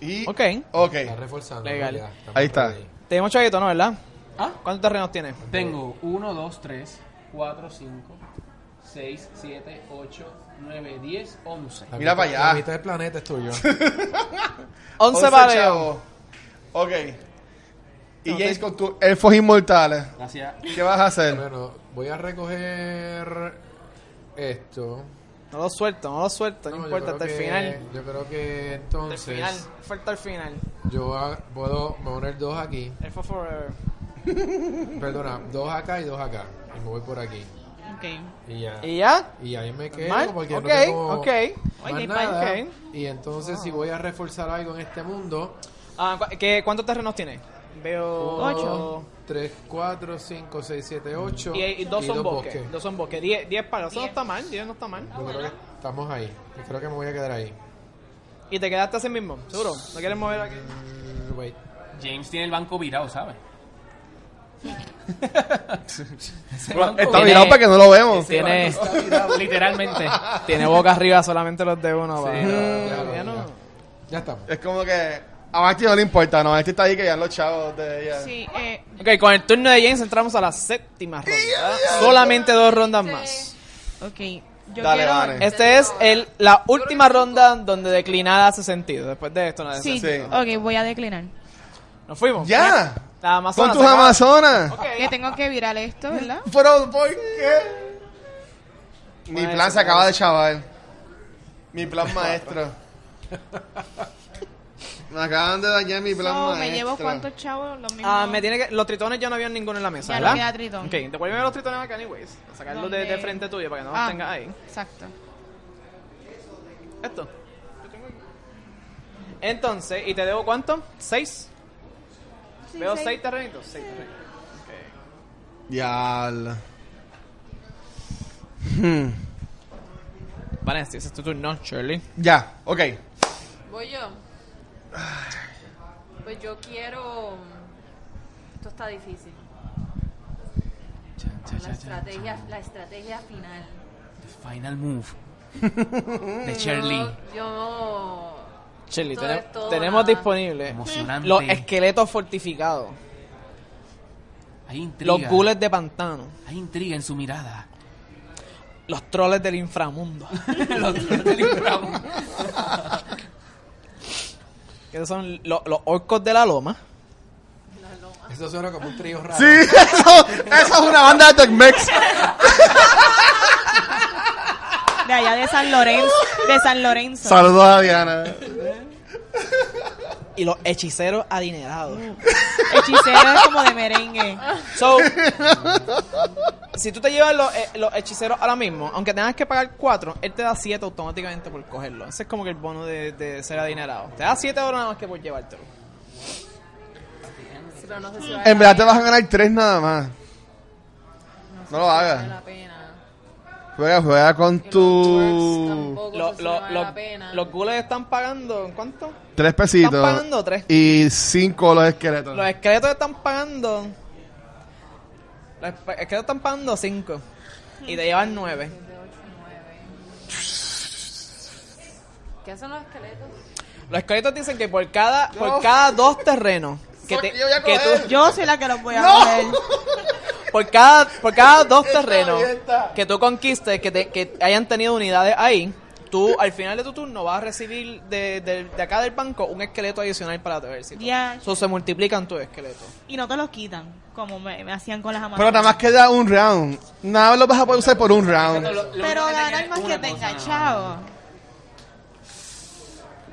A: Y...
E: Ok.
A: Ok.
D: Está reforzando.
E: Legal.
D: ya, estamos
A: Ahí está.
D: ready.
E: Tenemos chaguito, ¿no? ¿Verdad?
C: Ah.
E: ¿Cuántos terrenos tienes?
C: Tengo 1, 2, 3, 4, 5, 6, 7, 8, 9, 10, 11.
D: La
A: Mira
D: mitad-
A: para allá.
D: La mitad del planeta es tuyo.
E: 11 para Leo.
A: chavos. Ok. Y James con tus elfos inmortales.
C: Gracias.
A: ¿Qué vas a hacer?
D: Bueno, voy a recoger esto.
E: No lo suelto, no lo suelto, no,
D: yo
E: importa,
D: creo
E: hasta el
D: que-
E: final.
D: Yo creo que
E: Hasta el final,
D: entonces
E: falta el final.
D: yo ha- puedo poner dos aquí.
E: El for forever.
D: Perdona, dos acá y dos acá. Y me voy por aquí. Y ya.
E: ¿Y ya?
D: Y ahí me quedo
E: Mal.
D: porque
E: Ok,
D: no tengo
E: ok.
D: más
B: Oye,
D: nada.
E: pal-
D: Y entonces si voy a reforzar algo en este mundo,
E: Ah, ¿cu- qué- ¿Cuántos terrenos tiene? Veo...
B: Ocho.
D: 3, 4, 5, 6, 7, 8
E: Y, y dos son bosques. Dos son bosques. Diez, diez palos. Eso no está mal, diez no está mal.
D: Yo creo que estamos ahí. Yo creo que me voy a quedar ahí.
E: ¿Y te quedaste así mismo? ¿Seguro? ¿No quieres mover aquí?
D: Mm, Wait.
C: James tiene el banco virado, ¿sabes?
A: Bueno, está mirado para que no lo vemos.
E: Tiene,
C: Literalmente.
E: tiene boca arriba solamente los de uno. para-
D: claro,
E: ya no.
D: Ya estamos.
A: Es como que a Basti no le importa, no, este está ahí que ya los chavos de ella.
B: Sí, eh,
E: Ok, con el turno de James entramos a la séptima ronda. Solamente dos rondas más.
B: ok. Yo
A: Dale,
B: quiero...
A: Vane.
E: Este es el, la última ronda donde declinada hace sentido. Después de esto, no hace
B: Sí,
E: sentido.
A: Sí.
B: ok, voy a declinar.
E: Nos fuimos.
A: ¡Ya!
E: La
A: ¡Son
E: Amazonas.
A: tus
E: se acaba.
A: amazonas!
E: Ok.
B: Que tengo que virar esto, ¿verdad?
A: ¿Pero por qué? Mi
E: Bueno,
A: plan se
E: eso,
A: acaba de chaval. Mi plan maestro. Me acaban de dañar mi plan
B: So, me
A: maestro.
B: llevo cuántos chavos, los mismos.
E: Ah, me tiene que, los tritones ya no habían ninguno en la mesa,
B: Ya no
E: ¿verdad?
B: queda tritón.
E: Ok, devuélveme los tritones acá, anyways. Sacarlos de, de
B: ¿Dónde?
E: frente tuyo para que no
B: Ah.
E: los tengas ahí.
B: Exacto.
E: Esto. Entonces, ¿y te debo cuánto? ¿Seis?
B: Sí,
E: ¿Veo
B: seis.
E: seis terrenitos? Seis terrenitos. Ok.
A: Diablo.
E: Vanessa, ese es tu turno, Shirley.
A: Ya, ok.
F: Voy yo. Pues yo quiero. Esto está difícil. La estrategia, la estrategia final.
G: Final move. De Shirley.
F: Yo, yo-
E: Shirley,
F: Todo
E: tene-
F: es todo,
E: tenemos
F: nada.
E: disponible
G: Emocionante.
E: los esqueletos fortificados,
G: Hay intriga.
E: los ghouls de pantano,
G: Hay intriga en su mirada.
E: los troles del inframundo,
G: Los dos del inframundo.
E: que son lo- los orcos de la loma.
D: Eso suena como un trío raro.
A: Sí, eso, eso es una banda de Tecmex.
B: De allá de San Lorenzo. De San Lorenzo.
A: Saludos a Diana.
E: y los hechiceros adinerados.
F: Mm.
B: Hechicero es como de merengue.
E: So, si tú te llevas los, eh, los hechiceros ahora mismo, aunque tengas que pagar 4, él te da 7 automáticamente por cogerlo. Ese es como que el bono de, de ser adinerado. Te da 7 ahora nada más que por llevártelo.
F: sí, pero no sé si vale
A: En verdad te vas a ganar tres nada más.
F: no sé
A: no
F: si
A: lo hagas.
F: vale la pena.
A: Juega, juega con
F: Y los twerks
A: tu...
F: tampoco
E: Lo-
F: sé si
E: lo-
F: vale
E: lo-
F: la pena.
E: los gules están pagando, ¿en cuánto?
A: Tres
E: Están
A: pesitos.
E: pagando 3.
A: Y cinco los esqueletos.
E: Los esqueletos están pagando. Los espe- esqueletos están pagando 5. Y te llevan 9.
F: ¿Qué hacen los esqueletos?
E: Los esqueletos dicen que por cada, por cada dos terrenos que,
A: Fuck,
E: te-
A: yo voy a
E: que tú,
A: coger.
B: Yo soy la que los voy a
A: ¡No!
B: coger.
E: Por cada, por cada dos terrenos
A: abierta.
E: que tú conquistes, que, te- que hayan tenido unidades ahí, tú al final de tu turno vas a recibir de, de- de acá del banco un esqueleto adicional para tu ejército.
B: Ya.
E: So, se multiplican tus esqueletos.
B: Y no te los quitan, como me, me hacían con las amas.
A: Pero nada más queda un round. Nada más lo vas a poder usar por un round.
B: Pero ganar más que tenga, chavo.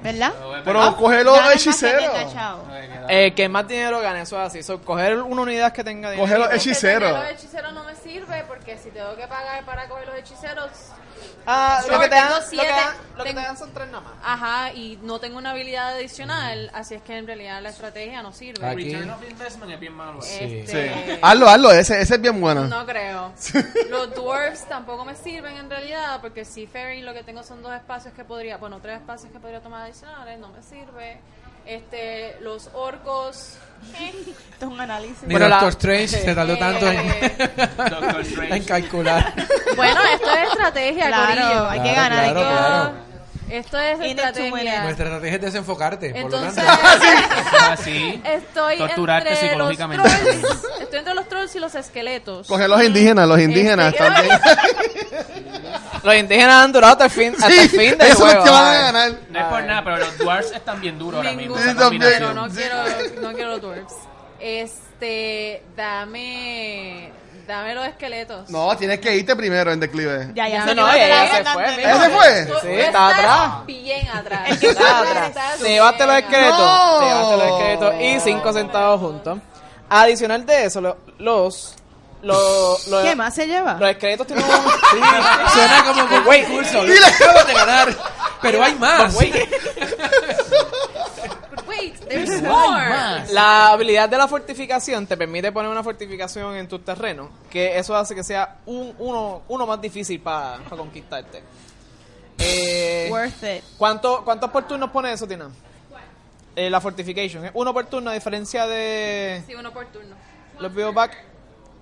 B: ¿Verdad?
A: Pero coge los
B: Ganar más que
A: hechiceros.
B: tenga chavo.
E: Eh, El que más dinero gane, eso es así. So, coger una unidad que tenga dinero.
A: Coge los
F: Este
A: hechiceros.
F: tener los hechiceros no me sirve porque si tengo que pagar para coger los hechiceros,
E: Ah, lo
F: Yo
E: que te dan,
F: tengo
E: lo que
F: siete.
E: dan- lo que
F: Tengo-
E: te dan son tres nada más.
F: ajá, y no tengo una habilidad adicional,
D: Mm.
F: así es que en realidad la estrategia no sirve.
D: Aquí.
G: Return of investment es bien malo. eh.
F: Este,
A: Hazlo, hazlo. Ese, ese es bien bueno.
F: No creo. Los dwarves tampoco me sirven en realidad, porque si Fairy lo que tengo son dos espacios que podría, bueno, tres espacios que podría tomar adicionales, no me sirve. Este, los orcos. eh,
B: Esto es un análisis.
D: Ni
E: Bueno, la-
D: Doctor Strange se tardó
F: eh,
D: tanto en,
G: Doctor Strange.
D: en calcular.
F: Bueno, esto es estrategia,
B: Claro, hay que
D: Claro,
B: ganar. hay
D: claro,
B: que-
D: claro.
F: Esto es
B: Tiene tu
F: estrategia.
B: buena-
D: Nuestra estrategia es desenfocarte. por lo
F: Entonces,
D: tanto.
G: Así.
F: estoy
G: Torturarte
F: entre
G: psicológicamente.
F: Los trolls, estoy entre los trolls y los esqueletos.
A: Coge los indígenas. Los indígenas
F: Este-
A: también.
E: Los indígenas han durado hasta el fin, hasta el fin del
A: Eso es
E: juego.
A: que van a
E: ay.
A: ganar.
G: No es por nada, pero los dwarves están bien duros ahora mismo.
F: Ninguno,
G: esa
A: también.
F: pero
G: combinación.
F: no quiero, no quiero los dwarves. Este, dame, dame los esqueletos.
A: No, tienes que irte primero en declive.
B: Ya, ya.
E: No,
B: se
E: no,
B: quedó
E: ella
B: atrás,
E: ya se
B: andando.
E: fue.
A: ¿Ese
E: mira.
A: fue?
F: Tú-
E: Sí,
F: tú
E: está
F: estás
E: atrás.
F: Bien atrás.
E: Está atrás.
F: Estás
E: Te llevaste los
F: bien
E: esqueletos.
A: No.
E: Te llevaste los esqueletos y cinco centavos juntos. Adicional de eso, lo- los. Los, los,
B: ¿Qué más se lleva?
E: los esqueletos tienen un. Sí,
D: Suena como que
E: Wait.
D: concurso. Yo acabo de ganar. Pero hay más.
F: atrás. Wait, there's more.
E: La habilidad de la fortificación te permite poner una fortificación en tus terrenos, que eso hace que sea un, uno, uno más difícil para conquistarte. Eh,
B: Worth it.
E: ¿Cuánto, ¿Cuántos por turno pone eso, Tina? Eh, la fortification. ¿eh? Uno por turno, a diferencia de
F: Sí, uno por turno.
E: los bioback.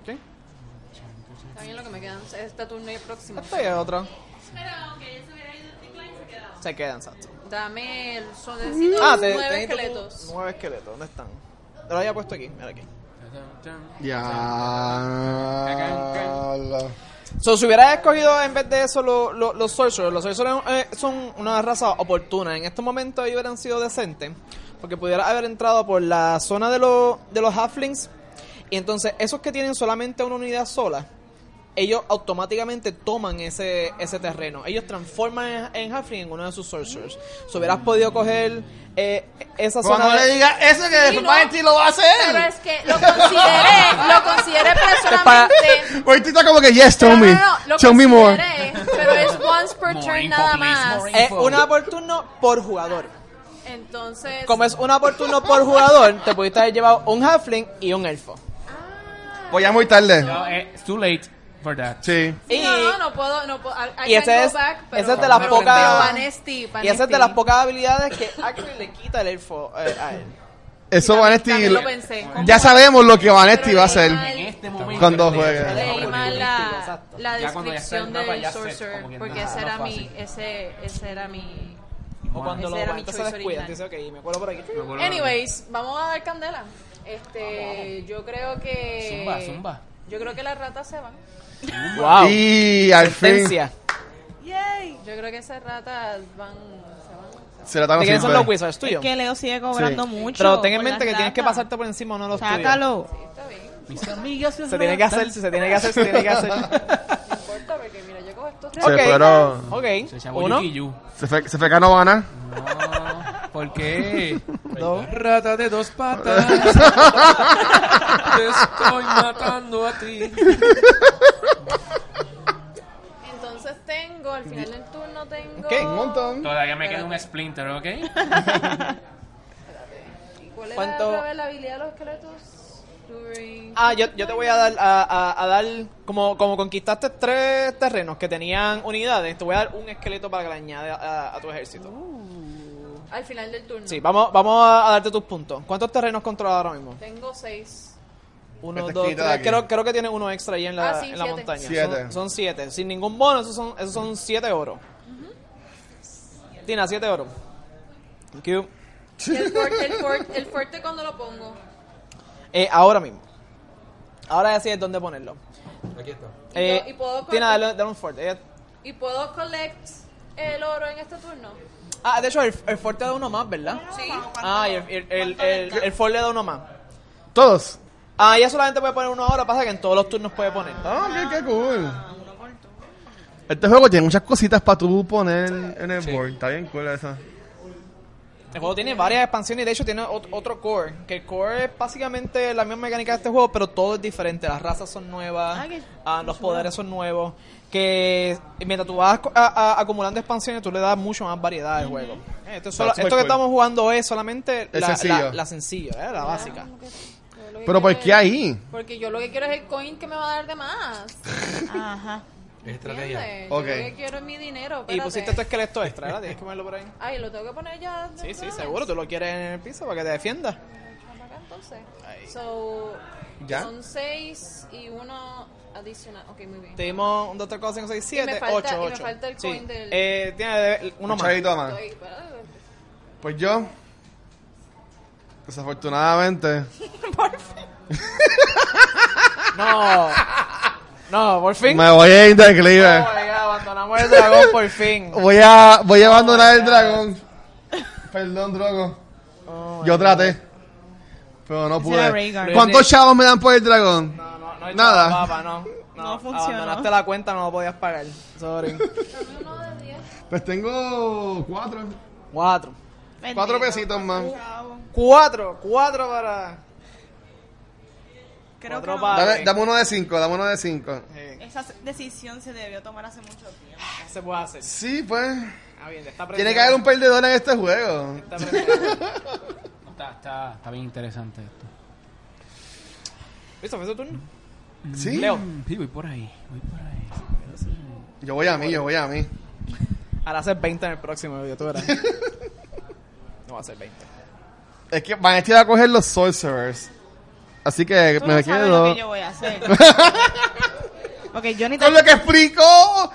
E: ¿Qué?
F: Está bien lo que me quedan. Este turno y el próximo.
E: Este y el otro. Se quedan, exacto.
F: Dame el son necesito
E: Ah, te-
F: nueve
E: tenés tu-
F: esqueletos.
E: Nueve esqueletos, ¿dónde están? Te lo había puesto aquí, mira aquí.
A: Ya. lo-
E: So, si hubieras escogido en vez de eso lo- lo- los sorcerers, los sorcerers eh, son una raza oportuna. En estos momentos ellos hubieran sido decentes, porque pudieras haber entrado por la zona de, los de los halflings. Y entonces, esos que tienen solamente una unidad sola, ellos automáticamente toman ese, ese terreno. Ellos transforman en, en Halfling en uno de sus sorcerers. Si hubieras podido coger eh, esa
A: Cuando
E: zona... de-
A: le diga eso que después
F: no,
A: para ti lo va a
F: Pero
A: hacer.
F: es que lo consideré, lo consideré personalmente.
A: Hoy tú estás como que, yes,
F: Pero
A: tell
F: no,
A: me.
F: no, no, lo
A: Tell me more.
F: consideré, pero es once per
C: More
F: turn
C: info,
F: nada
C: please,
F: más. Eh,
C: more info.
E: Es una por turno por jugador.
F: Entonces,
E: Como es una por turno por jugador, te pudiste haber llevado un halfling y un elfo.
A: Pues ya muy tarde.
G: No, eh, it's too late for that.
A: Sí.
F: sí, no,
E: Y-
F: no, no puedo, no puedo. I- I
E: y ese
F: can go
E: es-
F: back, pero-
E: ese es de las
F: pero-
E: pocas-
F: pero Vanesti,
E: Y esa es
F: Vanesti.
E: de las pocas habilidades que actually le quita el elfo eh, a él.
A: Eso Vanetti.
F: También lo pensé.
A: Ya sabemos lo que Vanetti
F: Pero
A: va a
F: leí
A: hacer.
F: mal-
C: En este momento.
A: Cuando
C: pero
A: juegue.
C: te-
F: Leí mal la,
E: Exacto.
F: la
G: Ya cuando ya está el
F: descripción
G: mapa,
F: del
G: ya sé,
F: sorcerer,
G: como que
F: porque
G: nada,
F: ese
G: no
F: era
G: es
F: mi,
G: fácil.
F: ese, ese era mi.
E: O cuando
F: Ese
E: lo
F: era mi
E: entonces se
F: choice
E: descuida,
F: original.
E: dice, ok, me acuerdo por aquí.
F: Anyways, vamos a dar candela. Este, yo creo que.
G: Zumba, zumba.
F: Yo creo que las ratas se van.
E: Wow.
A: Y al fin.
E: Sentencia.
B: Yay.
F: Yo creo que esas ratas van. Se van.
A: Se lo
E: ¿De
A: estamos
E: quiénes son los
A: haciendo.
E: wizards? ¿Tuyo?
B: Que Leo sigue cobrando mucho.
E: Pero ten en
B: por
E: mente
B: las
E: que tienes que
B: ratas.
E: pasarte por encima uno de los tuyos.
B: Sácalo.
G: Mis amigas
E: Se tiene que hacer, se tiene que hacer, se tiene que hacer.
F: No importa, porque mira, yo cojo estos
A: Se
E: Ok.
A: fueron.
E: Ok,
G: Se echaba
E: uno,
G: yuquiyú.
A: Se fue, se fue Canovana.
G: No, ¿por qué?
E: dos,
C: Rata de dos patas. Te estoy matando a ti.
E: Oh.
F: Entonces tengo, al final del turno tengo.
E: Ok.
A: Un montón.
G: Todavía me queda un splinter, ¿ok?
F: ¿Y ¿Cuál era
E: ¿Cuánto?
F: otra vez la habilidad de los esqueletos? Luring.
E: Ah, yo, yo te voy a dar, a, a- a dar como, como conquistaste tres terrenos que tenían unidades, te voy a dar un esqueleto para que le añade a, a tu ejército.
F: Al final del turno.
E: Sí, vamos, vamos a, a darte tus puntos. ¿Cuántos terrenos controlas ahora mismo?
F: Tengo seis.
E: Uno,
A: Este
E: dos,
A: esqueleto de
E: tres.
A: aquí.
E: Creo, creo que tiene uno extra ahí en la,
F: Ah, sí,
E: en la
F: siete.
E: montaña.
A: Siete.
E: Son, son siete. Sin ningún bono, esos son, esos son siete oro. Tina, siete oro. Thank you.
F: ¿Y el, fuerte, el, fuerte, el fuerte cuando lo pongo?
E: Eh, ahora mismo. Ahora decides dónde ponerlo.
D: Aquí está.
F: ¿Y
E: Eh,
F: yo- y puedo
E: Tina,
F: cortar?
E: dale, dale un fuerte. Eh, Ella-
F: ¿Y puedo collect el oro en este turno?
E: Ah, de hecho, el, el fuerte da uno más, ¿verdad?
F: Sí.
E: Ah, y el, el, el, el, el fuerte le da uno más.
A: Todos.
E: Ah, ella solamente puede poner uno ahora, pasa que en todos los turnos puede poner.
A: Ah, qué, qué cool. Este juego tiene muchas cositas para tú poner en el board. Está bien cool eso.
E: El juego tiene varias expansiones y de hecho tiene ot- otro core. Que el core es básicamente la misma mecánica de este juego, pero todo es diferente. Las razas son nuevas,
B: Ah, que-
E: ah, los poderes son nuevos. Que mientras tú vas co- a- a- acumulando expansiones, tú le das mucho más variedad al juego. Eh, Esto, es solo-
A: súper
E: esto que
A: cool.
E: estamos jugando es solamente
A: Es
E: la,
A: sencillo.
E: la- la sencilla, eh, la básica.
F: Yo lo que
A: Pero
F: quiero
A: ¿por
F: es-
A: qué ahí?
F: Porque yo lo que quiero es el coin que me va a dar de más.
B: Ajá.
D: Es estrategia.
F: ¿Entiendes?
A: Ok.
F: Yo lo que quiero es mi dinero.
E: Y
F: espérate.
B: pues.
E: pusiste tu esqueleto extra, ¿verdad? Tienes que ponerlo por ahí.
F: Ay, lo tengo que poner ya. de
E: Sí, sí,
B: Ah.
F: una
E: seguro. Tú lo quieres en el piso para que te defienda.
F: vez. Vamos acá, entonces. So,
A: ¿Ya?
F: Son seis y uno adicional. Ok, muy bien.
E: Te dimos un 2, 3, 4, 5, 6, 7,
F: Y me
E: 8,
F: falta-
E: 8.
F: y me falta el coin del-
E: Eh, tiene uno
A: Un
E: más.
A: chavito más.
F: Estoy- espérate.
A: Pues yo, desafortunadamente,
E: No. No, por fin.
A: me voy a ir de declive.
E: Oh my God, abandonamos el dragón por fin.
A: Voy a, voy a abandonar el dragón. Perdón, Drogo.
E: Oh,
A: Yo traté. Pero no
B: era
A: pude.
B: Rhaegar.
A: ¿Cuántos chavos me dan por el dragón?
E: No, no, no hay
A: Nada.
E: trabajo, papá, no. No,
B: No funcionó.
E: Abandonaste la cuenta, no lo podías pagar. Sorry.
A: Pues tengo cuatro.
E: Cuatro.
A: Cuatro pesitos más.
E: Cuatro. Cuatro para.
B: Creo
E: Cuatro
B: que
E: pa-
B: no.
A: Dame, dame uno de cinco, dame uno de cinco.
E: Eh,
B: esa decisión se debió tomar hace mucho tiempo.
E: ¿Qué se puede hacer?
A: Sí, pues.
E: Ah, bien, te está
A: Tiene
E: aprendiendo.
A: que haber un perdedor en este juego.
E: Está aprendiendo.
G: Está, está, está bien interesante esto.
E: ¿Listo? ¿Fue tu turno?
A: Sí.
E: Leo.
G: Sí, voy por ahí, voy por ahí.
A: Yo voy a mí, yo voy a mí.
E: Ahora hacer 20 en el próximo video, tú verás. No va a ser 20.
A: Es que van a coger los sorcerers. Así que
B: Tú
A: me
B: no sabes
A: quedo.
B: lo que yo voy a hacer. ok, yo ni
A: Con lo que explicó.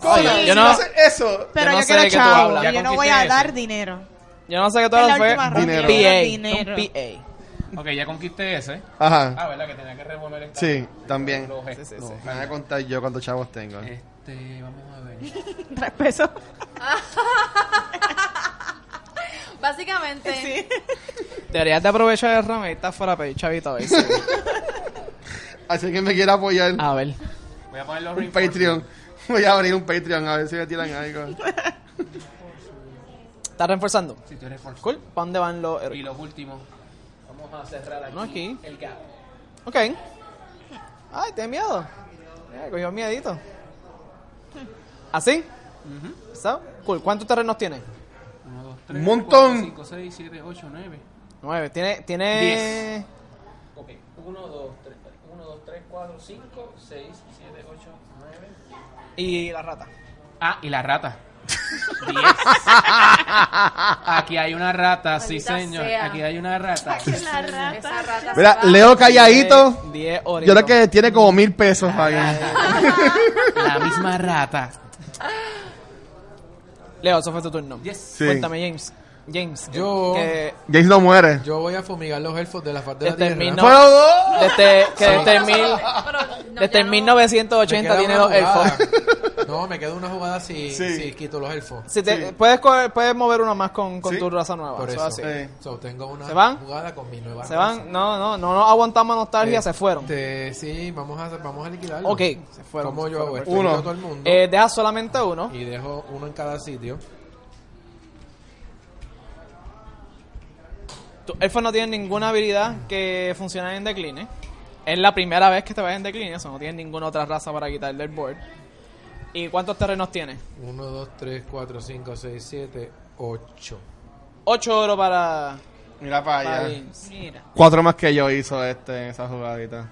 A: Con
E: Oye,
A: yo
E: yo
A: no,
E: no-
A: hacer eso.
B: Pero
E: yo
B: yo,
E: no sé de
B: quiero
E: qué tú
B: chavo.
E: hablas. Ya
B: Yo no
E: conquisté
B: voy a
E: eso.
B: dar dinero.
E: Yo no sé qué tú
B: Es
E: hablas,
B: la
E: fue
B: última ronda,
E: un
A: yo
E: PA.
B: quiero dinero.
E: Un PA.
G: Ok, ya conquisté ese.
A: Ajá.
G: Ah, ¿verdad? Que tenía que revolver esta.
A: Sí, también.
G: Los
E: Sí, sí,
G: gestos.
E: sí.
A: Me van a contar yo cuántos chavos tengo.
G: Este, vamos a ver.
B: Tres pesos.
F: Básicamente,
E: Deberías de aprovechar el ramo y estás fuera de pedir chavito a ver si- Ah,
A: Así que me quiere apoyar.
E: A ver.
G: Voy a poner los
A: Un
G: reinforcements.
A: Patreon. Voy a abrir un Patreon a ver si me tiran algo.
E: Está reforzando.
C: Si tú eres force.
E: Cool. ¿Para dónde van los
C: Y
E: héroes?
C: los últimos. Vamos a cerrar aquí,
E: No, aquí.
C: el gap.
E: Ok. Ay, te miedo. Eh, cogió miedito. ¿Así? ¿Está? Cool. ¿Cuántos terrenos tiene?
C: 1, 2,
A: Un montón.
C: 5, 6, 7, 8, 9.
E: Nueve. Tiene. tiene...
C: Ok. 1, 2, 3, 1, 2, 3, 4, 5, 6, 7, 8, 9.
E: Y la rata.
C: Ah, y la rata. 10. Aquí hay una rata, sí
F: Maldita
C: señor.
F: sea.
C: Aquí hay una
B: La
C: rata.
B: rata.
F: Esa rata se
A: Mira,
F: va.
A: Leo calladito.
E: Diez- Diez horas.
A: Yo creo que tiene como mil pesos ahí.
C: La misma rata.
E: Leo, eso fue tu turno.
C: Yes.
A: Sí.
E: Cuéntame, James. James.
D: Yo-
E: Que
A: James no muere.
D: Yo voy a fumigar los elfos de la faz de la
E: Este es mi
D: tierra.
E: no-
A: ¡Fuego!
E: desde, que desde,
F: Pero-
E: mil,
F: pero no,
E: desde
F: ya no.
E: 1980
D: Me
E: tiene
D: queda
E: dos
D: una jugada.
E: elfos.
D: No, me queda una jugada si,
A: Sí.
D: si quito los elfos.
E: Si te, puedes, coger- puedes mover uno más con, con
A: Sí.
E: tu raza nueva.
D: Por
E: eso
D: eso.
E: es así.
A: Eh,
D: So, tengo una
E: ¿Se van?
D: jugada con mi nueva
E: Se van, no, no, no, no aguantamos nostalgia, se fueron.
D: Este, sí, vamos a, vamos a liquidarlo.
E: Ok, se fueron,
D: ¿Cómo
E: se
D: yo
E: fueron,
D: hago
A: perfecto.
D: esto? Uno.
A: Uno.
D: a todo el mundo
E: Eh, deja solamente uno.
D: y dejo uno en cada sitio.
E: Tu elfos no tienen ninguna habilidad que funcione en decline. Es la primera vez que te vas en decline, eso no tienen ninguna otra raza para quitar del board. ¿Y cuántos terrenos tienes?
D: 1, 2, 3, 4, 5, 6, 7, 8.
E: Ocho oro para,
A: Mira para
E: para
A: allá.
E: James.
B: Mira.
A: Cuatro más que yo hizo este en esa jugadita.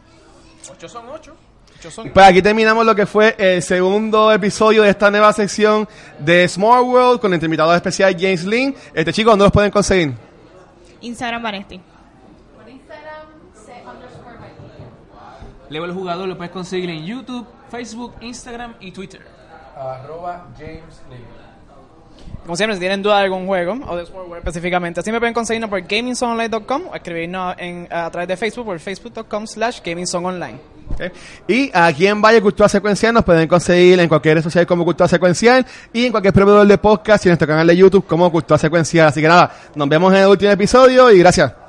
E: Ocho son ocho. Ocho son
A: Pues aquí terminamos lo que fue el segundo episodio de esta nueva sección de Small World con el invitado especial James Lin. Este chicos, ¿dónde los pueden conseguir?
B: Instagram Vanesti.
C: Leo el jugador lo puedes conseguir en YouTube, Facebook, Instagram y Twitter.
D: Arroba James Lee.
E: Como siempre, si tienen duda de algún juego o de Sword Wars específicamente, siempre pueden conseguirnos por gamingzononline.com o escribirnos en- a través de Facebook por facebook.com slash gamingzononline.
A: Ok. Y aquí en Valle Cultura Secuencial nos pueden conseguir en cualquier red social como Cultura Secuencial y en cualquier proveedor de podcast y en nuestro canal de YouTube como Cultura Secuencial. Así que nada, nos vemos en el último episodio y gracias.